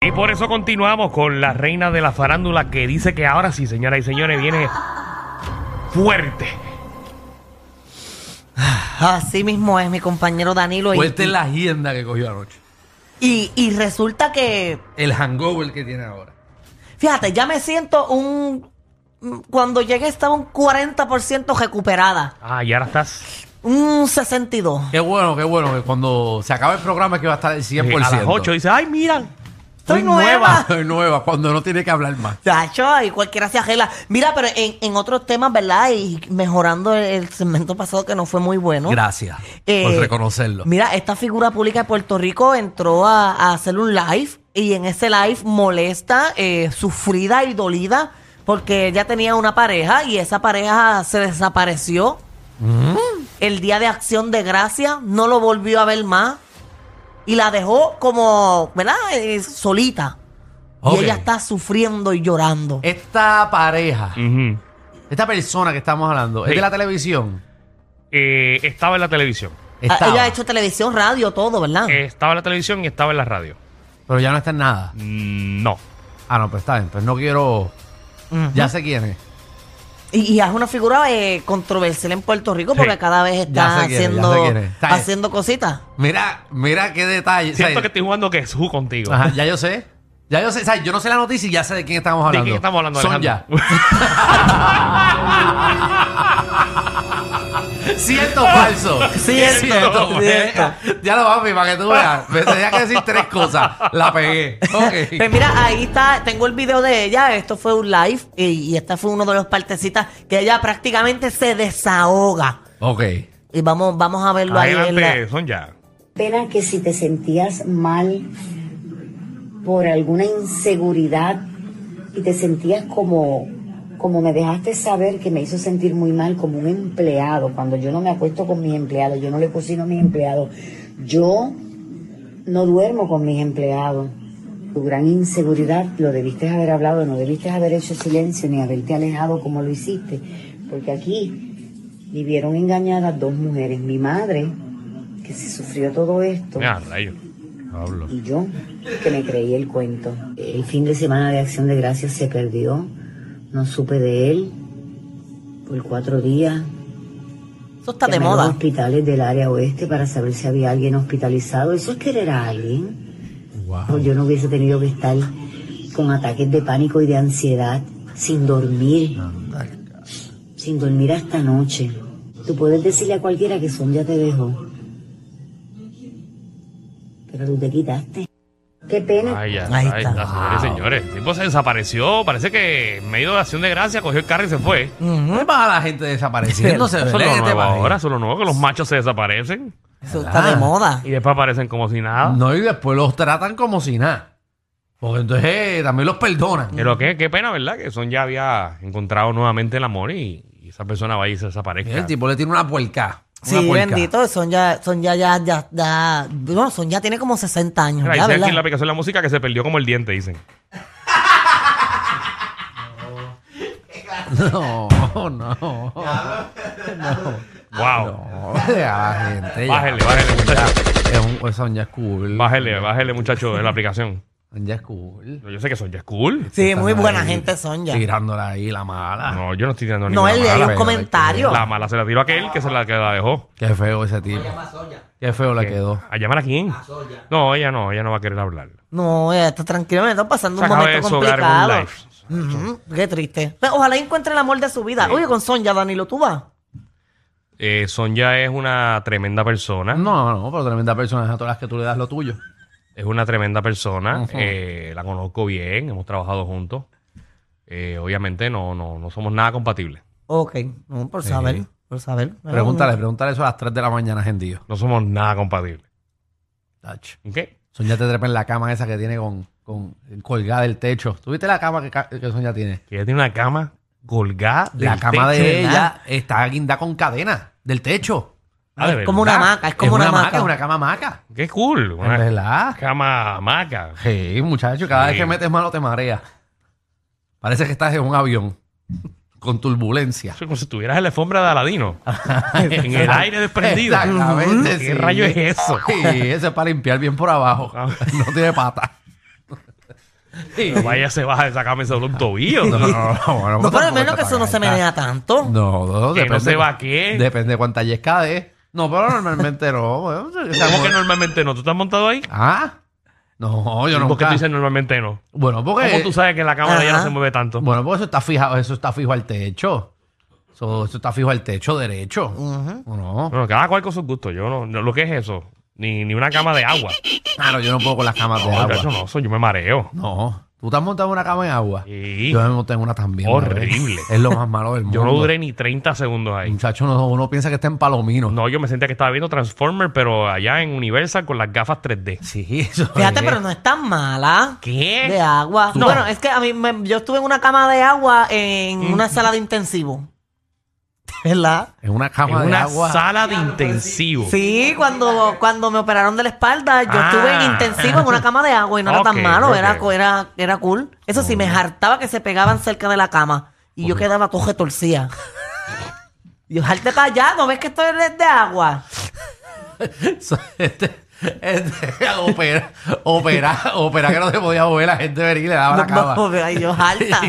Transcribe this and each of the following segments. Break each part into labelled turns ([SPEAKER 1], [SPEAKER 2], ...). [SPEAKER 1] Y por eso continuamos con la reina de la farándula que dice que ahora sí, señoras y señores, viene fuerte.
[SPEAKER 2] Así mismo es mi compañero Danilo. Y,
[SPEAKER 3] Fuerte Pues es la agenda que cogió anoche.
[SPEAKER 2] y, y resulta que,
[SPEAKER 3] El hangover que tiene ahora.
[SPEAKER 2] fíjate, ya me siento un... Cuando llegué estaba un 40% recuperada,
[SPEAKER 1] Ah, y ahora estás
[SPEAKER 2] un 62.
[SPEAKER 3] Qué bueno, qué bueno, que cuando se acabe el programa es que va a estar el 100%.
[SPEAKER 1] eh, a las 8 y dices, ay, mira,
[SPEAKER 2] Estoy nueva.
[SPEAKER 3] Estoy nueva, cuando no tiene que hablar más.
[SPEAKER 2] Chacho, y cualquiera se arregla. Mira, pero en, en otros temas, ¿verdad? Y mejorando el, el segmento pasado que no fue muy bueno.
[SPEAKER 3] Gracias
[SPEAKER 2] Eh,
[SPEAKER 3] por reconocerlo.
[SPEAKER 2] Mira, esta figura pública de Puerto Rico entró a, a hacer un live y en ese live molesta, eh, sufrida y dolida porque ella tenía una pareja y esa pareja se desapareció.
[SPEAKER 3] Mm.
[SPEAKER 2] El día de acción de gracia no lo volvió a ver más y la dejó como, ¿verdad? Eh, solita.
[SPEAKER 3] Ok.
[SPEAKER 2] Y ella está sufriendo y llorando.
[SPEAKER 3] Esta pareja,
[SPEAKER 1] ujú,
[SPEAKER 3] esta persona que estamos hablando,
[SPEAKER 1] Sí.
[SPEAKER 3] es de la televisión.
[SPEAKER 1] eh, estaba en la televisión.
[SPEAKER 3] Estaba,
[SPEAKER 2] Ah, Ella ha hecho televisión, radio, todo, ¿verdad?
[SPEAKER 1] Eh, estaba en la televisión y estaba en la radio.
[SPEAKER 3] Pero ya no está en nada.
[SPEAKER 1] Mm, No.
[SPEAKER 3] Ah, no, pues está bien. Pues no quiero.
[SPEAKER 2] Ujú.
[SPEAKER 3] Ya sé quién es.
[SPEAKER 2] Y, y es una figura eh, controversial en Puerto Rico
[SPEAKER 1] Sí.
[SPEAKER 2] porque cada vez está
[SPEAKER 3] Ya sé quién es, ya
[SPEAKER 2] haciendo,
[SPEAKER 3] sé quién es. Está bien.
[SPEAKER 2] haciendo cositas.
[SPEAKER 3] Mira, mira qué detalle.
[SPEAKER 1] Siento
[SPEAKER 3] ¿sabes?
[SPEAKER 1] que estoy jugando que es Who contigo.
[SPEAKER 3] Ajá, ya yo sé. Ya yo sé. ¿sabes? Yo no sé la noticia y ya sé de quién estamos
[SPEAKER 1] ¿De
[SPEAKER 3] hablando.
[SPEAKER 1] quién estamos hablando,
[SPEAKER 3] Son ya.
[SPEAKER 1] Alejandro?
[SPEAKER 3] 100 falso.
[SPEAKER 2] Cierto, cierto.
[SPEAKER 3] Cierto, eh. Ya lo papi, para que tú veas. Me tenía que decir tres cosas. La pegué.
[SPEAKER 2] Pues
[SPEAKER 3] Ok.
[SPEAKER 2] mira, ahí está, tengo el video de ella, esto fue un live y, y esta fue uno de los partecitas que ella prácticamente se desahoga.
[SPEAKER 3] Ok.
[SPEAKER 2] Y vamos, vamos a verlo ahí. en
[SPEAKER 1] Adelante,
[SPEAKER 2] la-
[SPEAKER 1] son ya.
[SPEAKER 4] Pena que si te sentías mal por alguna inseguridad y te sentías como, como me dejaste saber que me hizo sentir muy mal como un empleado, cuando yo no me acuesto con mis empleados, yo no le cocino a mis empleados, yo no duermo con mis empleados. Tu gran inseguridad lo debiste haber hablado, no debiste haber hecho silencio ni haberte alejado como lo hiciste, porque aquí vivieron engañadas dos mujeres, mi madre, que se sufrió todo esto,
[SPEAKER 1] Mira, rayo. Hablo.
[SPEAKER 4] y yo, que me creí el cuento. El fin de semana de Acción de Gracias se perdió, no supe de él por cuatro días.
[SPEAKER 2] Eso está de
[SPEAKER 4] Llamé a los
[SPEAKER 2] moda.
[SPEAKER 4] hospitales del área oeste para saber si había alguien hospitalizado. Eso es querer a alguien. No, Yo no hubiese tenido que estar con ataques de pánico y de ansiedad, sin dormir, sin dormir hasta noche. Tú puedes decirle a cualquiera que son ya te dejó, pero tú te quitaste. Qué pena.
[SPEAKER 1] Ay, ya,
[SPEAKER 2] Ahí
[SPEAKER 1] ahí
[SPEAKER 2] está.
[SPEAKER 1] está, señores y señores. El tipo se desapareció. Parece que en medio de acción de gracia cogió el carro y se fue.
[SPEAKER 3] No va la gente desapareciéndose.
[SPEAKER 1] Eso es
[SPEAKER 3] Belén,
[SPEAKER 1] lo
[SPEAKER 3] este
[SPEAKER 1] nuevo
[SPEAKER 3] país.
[SPEAKER 1] ahora, eso es lo nuevo, que los machos se desaparecen
[SPEAKER 2] Eso está
[SPEAKER 1] Ah,
[SPEAKER 2] de moda.
[SPEAKER 1] y después aparecen como si nada.
[SPEAKER 3] No, y después los tratan como si nada. Porque entonces eh, también los perdonan.
[SPEAKER 1] Pero qué, qué pena, ¿verdad? Que Son ya había encontrado nuevamente el amor y, y esa persona va y se
[SPEAKER 3] Mira,
[SPEAKER 1] desaparezca.
[SPEAKER 3] el tipo le tiene una puerca. Una
[SPEAKER 2] Sí,
[SPEAKER 3] puerca.
[SPEAKER 2] bendito, son ya, son ya, ya, ya, ya- bueno, son ya tiene como 60 años,
[SPEAKER 1] Mira,
[SPEAKER 2] ya,
[SPEAKER 1] dice aquí
[SPEAKER 2] ¿verdad?
[SPEAKER 1] en la aplicación de la música que se perdió como el diente, dicen.
[SPEAKER 3] No, no. No.
[SPEAKER 1] ¡Wow!
[SPEAKER 3] la gente. ya.
[SPEAKER 1] Bájele, bájele, muchachos.
[SPEAKER 3] Es un, son ya es cool.
[SPEAKER 1] Bájele, bájele, muchachos, de la aplicación.
[SPEAKER 3] Son ya es cool.
[SPEAKER 1] Yo sé que son ya es cool.
[SPEAKER 2] Sí,
[SPEAKER 3] Están
[SPEAKER 2] muy buena
[SPEAKER 3] ahí
[SPEAKER 2] gente son ya.
[SPEAKER 3] Tirándola ahí la mala.
[SPEAKER 1] No, yo no estoy tirando
[SPEAKER 2] No,
[SPEAKER 1] ninguna
[SPEAKER 2] él
[SPEAKER 1] mala.
[SPEAKER 2] leí un
[SPEAKER 3] pero-
[SPEAKER 2] comentario.
[SPEAKER 1] La mala se la tiró a aquel que se la, que la dejó.
[SPEAKER 3] Qué feo ese tipo. Qué feo le quedó.
[SPEAKER 1] ¿A llamar a quién? No, ella no, ella no va a querer hablar.
[SPEAKER 2] No, ella está tranquila, me está pasando
[SPEAKER 1] Se
[SPEAKER 2] un
[SPEAKER 1] acaba
[SPEAKER 2] momento
[SPEAKER 1] de sogar en un
[SPEAKER 2] complicado.
[SPEAKER 1] live.
[SPEAKER 2] Ujú, Qué triste. Pero Ojalá encuentre el amor de su vida. Oye, con Sonja, Danilo, tú vas.
[SPEAKER 1] Eh, Sonja es una tremenda persona.
[SPEAKER 3] No, no, pero tremenda persona es a todas las que tú le das lo tuyo.
[SPEAKER 1] Es una tremenda persona.
[SPEAKER 3] Ujú.
[SPEAKER 1] eh, la conozco bien. Hemos trabajado juntos. Eh, obviamente no, no, no somos nada compatibles.
[SPEAKER 2] Ok, no, por saber, por saber.
[SPEAKER 3] Pregúntale, pregúntale eso a las 3 de la mañana, gentío.
[SPEAKER 1] No somos nada compatibles.
[SPEAKER 3] Tacho.
[SPEAKER 1] ¿Ok?
[SPEAKER 3] Sonia te trepa en la cama esa que tiene con, con colgada del techo. ¿Tuviste la cama que, ca- que Sonia tiene?
[SPEAKER 1] Que ella tiene una cama colgada.
[SPEAKER 3] La
[SPEAKER 1] del
[SPEAKER 3] cama
[SPEAKER 1] techo.
[SPEAKER 3] de
[SPEAKER 2] ¿verdad?
[SPEAKER 3] ella está guinda con cadena del techo.
[SPEAKER 1] Ah, de
[SPEAKER 2] Es como una
[SPEAKER 1] verdad.
[SPEAKER 2] hamaca, es como una
[SPEAKER 3] Es
[SPEAKER 2] hamaca.
[SPEAKER 3] una cama maca.
[SPEAKER 1] Qué cool.
[SPEAKER 3] Es
[SPEAKER 1] Una
[SPEAKER 3] verdad.
[SPEAKER 1] cama hamaca.
[SPEAKER 3] Sí, muchacho, cada
[SPEAKER 1] Sí.
[SPEAKER 3] vez que metes mano te marea. Parece que estás en un avión con turbulencia.
[SPEAKER 1] Eso es como si estuvieras en la alfombra de Aladino. en el aire desprendido.
[SPEAKER 3] Exactamente.
[SPEAKER 1] ¿Qué
[SPEAKER 3] sí.
[SPEAKER 1] rayo es eso?
[SPEAKER 3] Sí, ese es para limpiar bien por abajo.
[SPEAKER 1] Ah.
[SPEAKER 3] No tiene pata. Sí.
[SPEAKER 1] Pero vaya, se baja de esa cama y se dobla un tobillo.
[SPEAKER 3] No, no, no, no,
[SPEAKER 2] No, pero
[SPEAKER 3] tampoco
[SPEAKER 2] al menos que
[SPEAKER 3] está
[SPEAKER 2] eso no
[SPEAKER 3] tan
[SPEAKER 2] se
[SPEAKER 3] alta.
[SPEAKER 2] menea tanto.
[SPEAKER 3] No, no,
[SPEAKER 1] Que no
[SPEAKER 3] depende-
[SPEAKER 1] se va a qué.
[SPEAKER 3] Depende de cuánta yesca de. No, pero normalmente no. bueno,
[SPEAKER 1] ¿Cómo
[SPEAKER 3] estamos-
[SPEAKER 1] que normalmente no? ¿Tú estás montado ahí?
[SPEAKER 3] Ah, no, yo Pues,
[SPEAKER 1] ¿Y
[SPEAKER 3] no.
[SPEAKER 1] ¿Por qué tú dices normalmente no?
[SPEAKER 3] Bueno, porque.
[SPEAKER 1] ¿Cómo tú sabes que la cámara ya no
[SPEAKER 2] Ajá.
[SPEAKER 1] se mueve tanto?
[SPEAKER 3] Bueno, pues eso está fijado, eso está fijo al techo. Eso, eso está fijo al techo derecho. ¿O No.
[SPEAKER 1] Bueno, cada cual con sus gustos. Yo no, no- lo que es eso. Ni, ni una cama de agua.
[SPEAKER 3] Claro, yo no puedo con las camas de
[SPEAKER 1] No, Eso
[SPEAKER 3] agua.
[SPEAKER 1] no, eso yo me mareo.
[SPEAKER 3] No. Tú estás montando una cama en agua.
[SPEAKER 1] Sí.
[SPEAKER 3] Yo me monté en una también. una vez.
[SPEAKER 1] Horrible.
[SPEAKER 3] Es lo más malo del mundo.
[SPEAKER 1] Yo no duré ni 30 segundos ahí.
[SPEAKER 3] Muchacho, no, uno piensa que está en palomino.
[SPEAKER 1] No, yo me sentía que estaba viendo Transformer, pero allá en Universal con las gafas 3D.
[SPEAKER 3] Sí, eso.
[SPEAKER 2] Fíjate,
[SPEAKER 3] es.
[SPEAKER 2] pero no es tan mala.
[SPEAKER 1] ¿Qué?
[SPEAKER 2] De agua.
[SPEAKER 1] No.
[SPEAKER 2] Bueno, es que a mí me- yo estuve en una cama de agua en una sala de intensivo. ¿Verdad?
[SPEAKER 3] En una
[SPEAKER 1] En
[SPEAKER 3] cama de
[SPEAKER 1] una
[SPEAKER 3] agua.
[SPEAKER 1] sala de intensivo.
[SPEAKER 2] Sí, cuando, cuando me operaron de la espalda, yo
[SPEAKER 1] Ah.
[SPEAKER 2] estuve en intensivo en una cama de agua y no era
[SPEAKER 1] Ok,
[SPEAKER 2] tan malo, era,
[SPEAKER 1] ok.
[SPEAKER 2] co- era, era cool. Eso sí, me hartaba que se pegaban cerca de la cama y yo quedaba coge torcida. Yo, jarte para allá, ¿no ves que esto es de agua?
[SPEAKER 3] Eso- este- este- opera, opera, opera que no se podía mover. La gente venía y le daba la
[SPEAKER 2] No,
[SPEAKER 3] cama.
[SPEAKER 2] no, ay, yo, harta.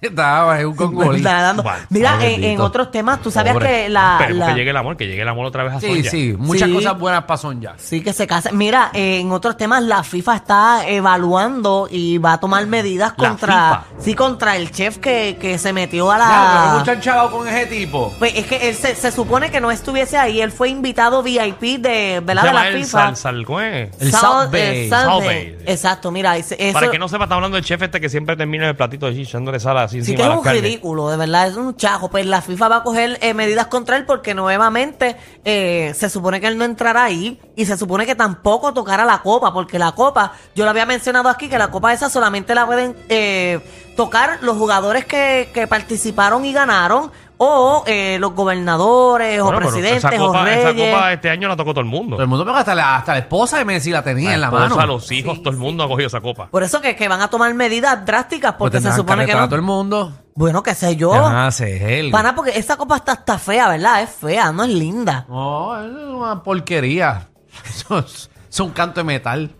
[SPEAKER 3] Estaba en un congolí.
[SPEAKER 2] Está dando-
[SPEAKER 1] Vale.
[SPEAKER 2] Mira,
[SPEAKER 3] Ay,
[SPEAKER 2] en, en
[SPEAKER 3] bendito.
[SPEAKER 2] otros temas, tú sabías
[SPEAKER 3] Pobre.
[SPEAKER 2] que la...
[SPEAKER 1] Esperemos
[SPEAKER 2] la-
[SPEAKER 1] que llegue el amor, que llegue el amor otra vez a
[SPEAKER 3] Sí,
[SPEAKER 1] Sonia.
[SPEAKER 3] sí, muchas
[SPEAKER 2] Sí.
[SPEAKER 3] cosas buenas pasan ya.
[SPEAKER 2] Sí, que se casen. Mira, eh, en otros temas la FIFA está evaluando y va a tomar medidas
[SPEAKER 1] La
[SPEAKER 2] contra...
[SPEAKER 1] FIFA.
[SPEAKER 2] Sí, contra el chef que, que se metió a
[SPEAKER 3] Ya, pero
[SPEAKER 2] la...
[SPEAKER 3] no han chavado con ese tipo.
[SPEAKER 2] Pues es que él se, se supone que no estuviese ahí. Él fue invitado VIP de,
[SPEAKER 1] Se
[SPEAKER 2] ¿verdad? de
[SPEAKER 1] llama
[SPEAKER 2] la
[SPEAKER 1] el
[SPEAKER 2] FIFA.
[SPEAKER 1] sal, sal- ¿cómo es?
[SPEAKER 3] El
[SPEAKER 2] Sal-
[SPEAKER 3] South Bay.
[SPEAKER 2] el South
[SPEAKER 1] South
[SPEAKER 2] Bay.
[SPEAKER 1] Bay.
[SPEAKER 2] Exacto, mira. es- Eso,
[SPEAKER 1] Para el que no sepa, está hablando del chef este que siempre termina en el platito de chicha, echándole sal así
[SPEAKER 2] Sí
[SPEAKER 1] encima
[SPEAKER 2] que es
[SPEAKER 1] de las
[SPEAKER 2] un
[SPEAKER 1] carnes.
[SPEAKER 2] ridículo, de verdad, es un chajo. Pues la FIFA va a coger eh, medidas contra él porque nuevamente eh, se supone que él no entrará ahí y se supone que tampoco tocará la copa, porque la copa, yo lo había mencionado aquí, que la copa esa solamente la pueden eh, tocar los jugadores que, que participaron y ganaron o eh, los gobernadores
[SPEAKER 1] Bueno,
[SPEAKER 2] o
[SPEAKER 1] pero
[SPEAKER 2] presidentes
[SPEAKER 1] esa copa,
[SPEAKER 2] o
[SPEAKER 1] esa
[SPEAKER 2] reyes.
[SPEAKER 1] copa este año la tocó todo el mundo.
[SPEAKER 3] Todo el mundo, pero hasta la, hasta la esposa de Messi la tenía en la
[SPEAKER 1] esposa,
[SPEAKER 3] mano.
[SPEAKER 1] los hijos, todo el mundo ha cogido esa copa.
[SPEAKER 2] Por eso que, que van a tomar medidas drásticas
[SPEAKER 3] Pues
[SPEAKER 2] porque se
[SPEAKER 3] tendrán
[SPEAKER 2] supone que
[SPEAKER 3] carretera a
[SPEAKER 2] no. Oh.
[SPEAKER 3] todo el mundo.
[SPEAKER 2] Bueno, qué sé yo.
[SPEAKER 3] Ya, ese es él.
[SPEAKER 2] Pana, porque esa copa está, está fea, ¿verdad? Es fea, no es linda.
[SPEAKER 3] No, eso es una porquería. Eso es, es un canto de metal.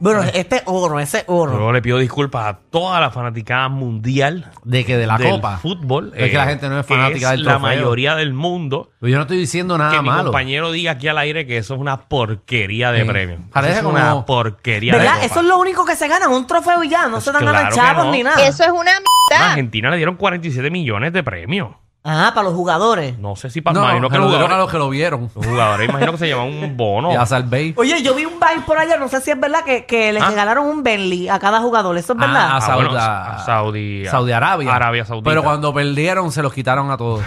[SPEAKER 2] Bueno,
[SPEAKER 3] Pues-
[SPEAKER 2] este oro, ese oro.
[SPEAKER 1] Luego le pido disculpas a toda la fanaticada mundial
[SPEAKER 3] De que de la
[SPEAKER 1] del
[SPEAKER 3] copa.
[SPEAKER 1] fútbol. eh,
[SPEAKER 3] Es que la gente no eh, es
[SPEAKER 1] que
[SPEAKER 3] fanática
[SPEAKER 1] es
[SPEAKER 3] del
[SPEAKER 1] la
[SPEAKER 3] trofeo.
[SPEAKER 1] mayoría del mundo.
[SPEAKER 3] Pero yo no estoy diciendo nada
[SPEAKER 1] que mi
[SPEAKER 3] malo.
[SPEAKER 1] compañero diga aquí al aire que eso es una porquería de
[SPEAKER 3] Sí.
[SPEAKER 1] premio. Eso
[SPEAKER 3] Parece
[SPEAKER 1] es una
[SPEAKER 3] como-
[SPEAKER 1] porquería de
[SPEAKER 2] ¿Verdad?
[SPEAKER 1] copa.
[SPEAKER 2] Eso es lo único que se gana, un trofeo y ya. No
[SPEAKER 1] Pues
[SPEAKER 2] se dan
[SPEAKER 1] claro
[SPEAKER 2] ganas
[SPEAKER 1] que
[SPEAKER 2] chavos
[SPEAKER 1] no.
[SPEAKER 2] ni nada.
[SPEAKER 5] Eso es una
[SPEAKER 1] A
[SPEAKER 5] mierda.
[SPEAKER 1] Argentina le dieron 47 millones de premios.
[SPEAKER 2] Ah, para los jugadores.
[SPEAKER 1] No sé si
[SPEAKER 3] No,
[SPEAKER 1] para imagino que
[SPEAKER 3] se
[SPEAKER 1] los
[SPEAKER 3] lo dieron a
[SPEAKER 1] jugadores,
[SPEAKER 3] los que lo vieron.
[SPEAKER 1] los jugadores imagino que se llevan un bono.
[SPEAKER 3] Ya salvéis.
[SPEAKER 2] Oye, yo vi un baile por allá, no sé si es verdad, que, que les
[SPEAKER 1] Ah.
[SPEAKER 2] regalaron un Bentley a cada jugador. ¿Eso es
[SPEAKER 3] Ah,
[SPEAKER 2] verdad?
[SPEAKER 3] a,
[SPEAKER 1] Ah,
[SPEAKER 3] Saudi-
[SPEAKER 1] bueno,
[SPEAKER 3] a-
[SPEAKER 1] a Saudi-
[SPEAKER 3] Saudi Arabia.
[SPEAKER 1] Arabia Saudita.
[SPEAKER 3] Pero cuando perdieron, se los quitaron a todos.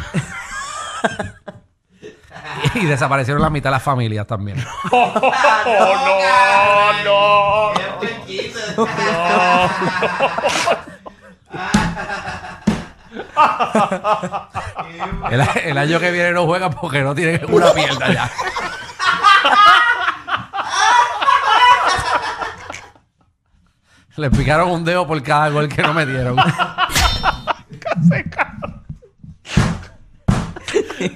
[SPEAKER 3] y desaparecieron la mitad de las familias también.
[SPEAKER 1] ¡Oh, no!
[SPEAKER 3] El, el año que viene no juegan porque no tienen una pierna ya. Les picaron un dedo por cada gol que no me dieron.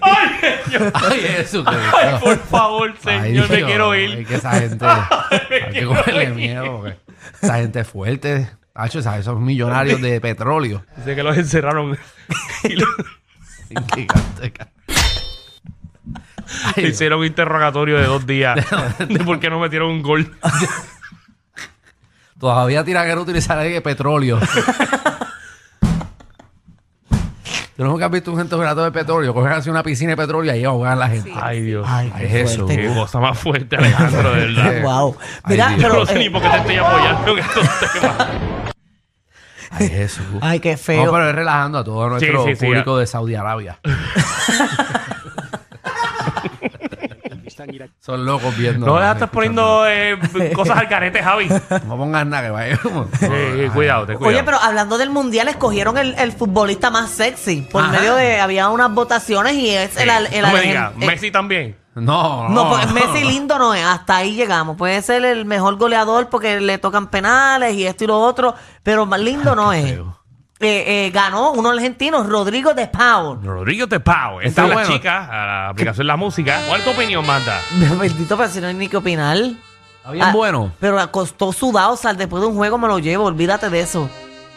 [SPEAKER 3] Ay, Jesucristo.
[SPEAKER 1] Ay, por favor,
[SPEAKER 3] Ay,
[SPEAKER 1] señor, me
[SPEAKER 3] Dios,
[SPEAKER 1] quiero
[SPEAKER 3] ay,
[SPEAKER 1] ir.
[SPEAKER 3] que esa gente. hay que
[SPEAKER 1] quiero
[SPEAKER 3] cogerle
[SPEAKER 1] ir.
[SPEAKER 3] miedo. porque Esa gente es fuerte. Tacho, esa- esos millonarios de petróleo.
[SPEAKER 1] Dice que los encerraron. y lo-
[SPEAKER 3] Gigante, ca- Ay,
[SPEAKER 1] le
[SPEAKER 3] Dios.
[SPEAKER 1] hicieron un interrogatorio de dos días de por qué no metieron un gol.
[SPEAKER 3] Todavía tiran que no utilizar ahí de petróleo. Tú nunca has visto un generato de petróleo. Cogen así una piscina de petróleo y ahí ahogan a la gente.
[SPEAKER 1] Ay, Dios.
[SPEAKER 2] Ay,
[SPEAKER 3] Ay,
[SPEAKER 2] qué
[SPEAKER 3] Jesús.
[SPEAKER 1] Qué
[SPEAKER 2] fuerte.
[SPEAKER 1] cosa más fuerte, Alejandro, de verdad.
[SPEAKER 2] Wow.
[SPEAKER 3] Ay,
[SPEAKER 2] Mira,
[SPEAKER 3] Dios.
[SPEAKER 1] Yo
[SPEAKER 2] pero.
[SPEAKER 1] no sé ni
[SPEAKER 2] eh,
[SPEAKER 1] por qué te estoy apoyando en estos temas.
[SPEAKER 3] Ay, Jesús.
[SPEAKER 2] Ay, qué feo.
[SPEAKER 3] No, pero es relajando a todo nuestro
[SPEAKER 1] Sí, sí, sí,
[SPEAKER 3] público de Saudi Arabia. Son locos viendo.
[SPEAKER 1] No dejas estar poniendo eh, cosas al carete, Javi.
[SPEAKER 3] No pongas nada que vaya.
[SPEAKER 1] Eh, cuidado, te cuidado.
[SPEAKER 2] Oye, pero hablando del mundial, escogieron el, el futbolista más sexy. Por
[SPEAKER 3] Ajá.
[SPEAKER 2] medio de. Había unas votaciones y es el. al- el
[SPEAKER 1] no me
[SPEAKER 2] argen-
[SPEAKER 1] digas,
[SPEAKER 2] el-
[SPEAKER 1] Messi también.
[SPEAKER 2] No,
[SPEAKER 3] No, no.
[SPEAKER 2] pues
[SPEAKER 3] no.
[SPEAKER 2] Messi lindo no es. Hasta ahí llegamos. Puede ser el mejor goleador porque le tocan penales y esto y lo otro, pero más lindo no es.
[SPEAKER 3] feo.
[SPEAKER 2] Eh, eh, ganó uno argentino, Rodrigo de Paul.
[SPEAKER 1] Rodrigo Tepao. Esta
[SPEAKER 3] Está
[SPEAKER 1] es la
[SPEAKER 3] bueno.
[SPEAKER 1] chica, a la aplicación La Música. ¿Cuál es tu opinión, Manda?
[SPEAKER 2] Bendito, pero si no hay ni que opinar.
[SPEAKER 3] Está bien
[SPEAKER 2] Ah,
[SPEAKER 3] bueno.
[SPEAKER 2] Pero costó sudado, o sea, después de un juego me lo llevo, olvídate de eso.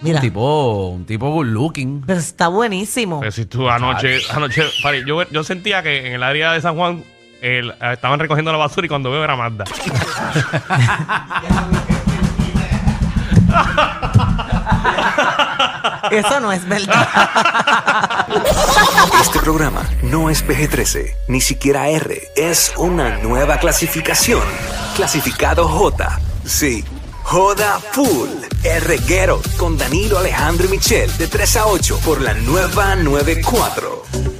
[SPEAKER 2] Mira,
[SPEAKER 3] Un tipo, un tipo good looking.
[SPEAKER 2] pero está buenísimo.
[SPEAKER 1] Pues si tú anoche, anoche, pare, yo, yo sentía que en el área de San Juan el- estaban recogiendo la basura y cuando veo era Manda.
[SPEAKER 2] Eso no es verdad.
[SPEAKER 5] Este programa no es PG-13, ni siquiera R. Es una nueva clasificación. Clasificado J. Sí. Joda Full. R. Guerrero con Danilo Alejandro y Michel de 3 a 8 por la nueva 94.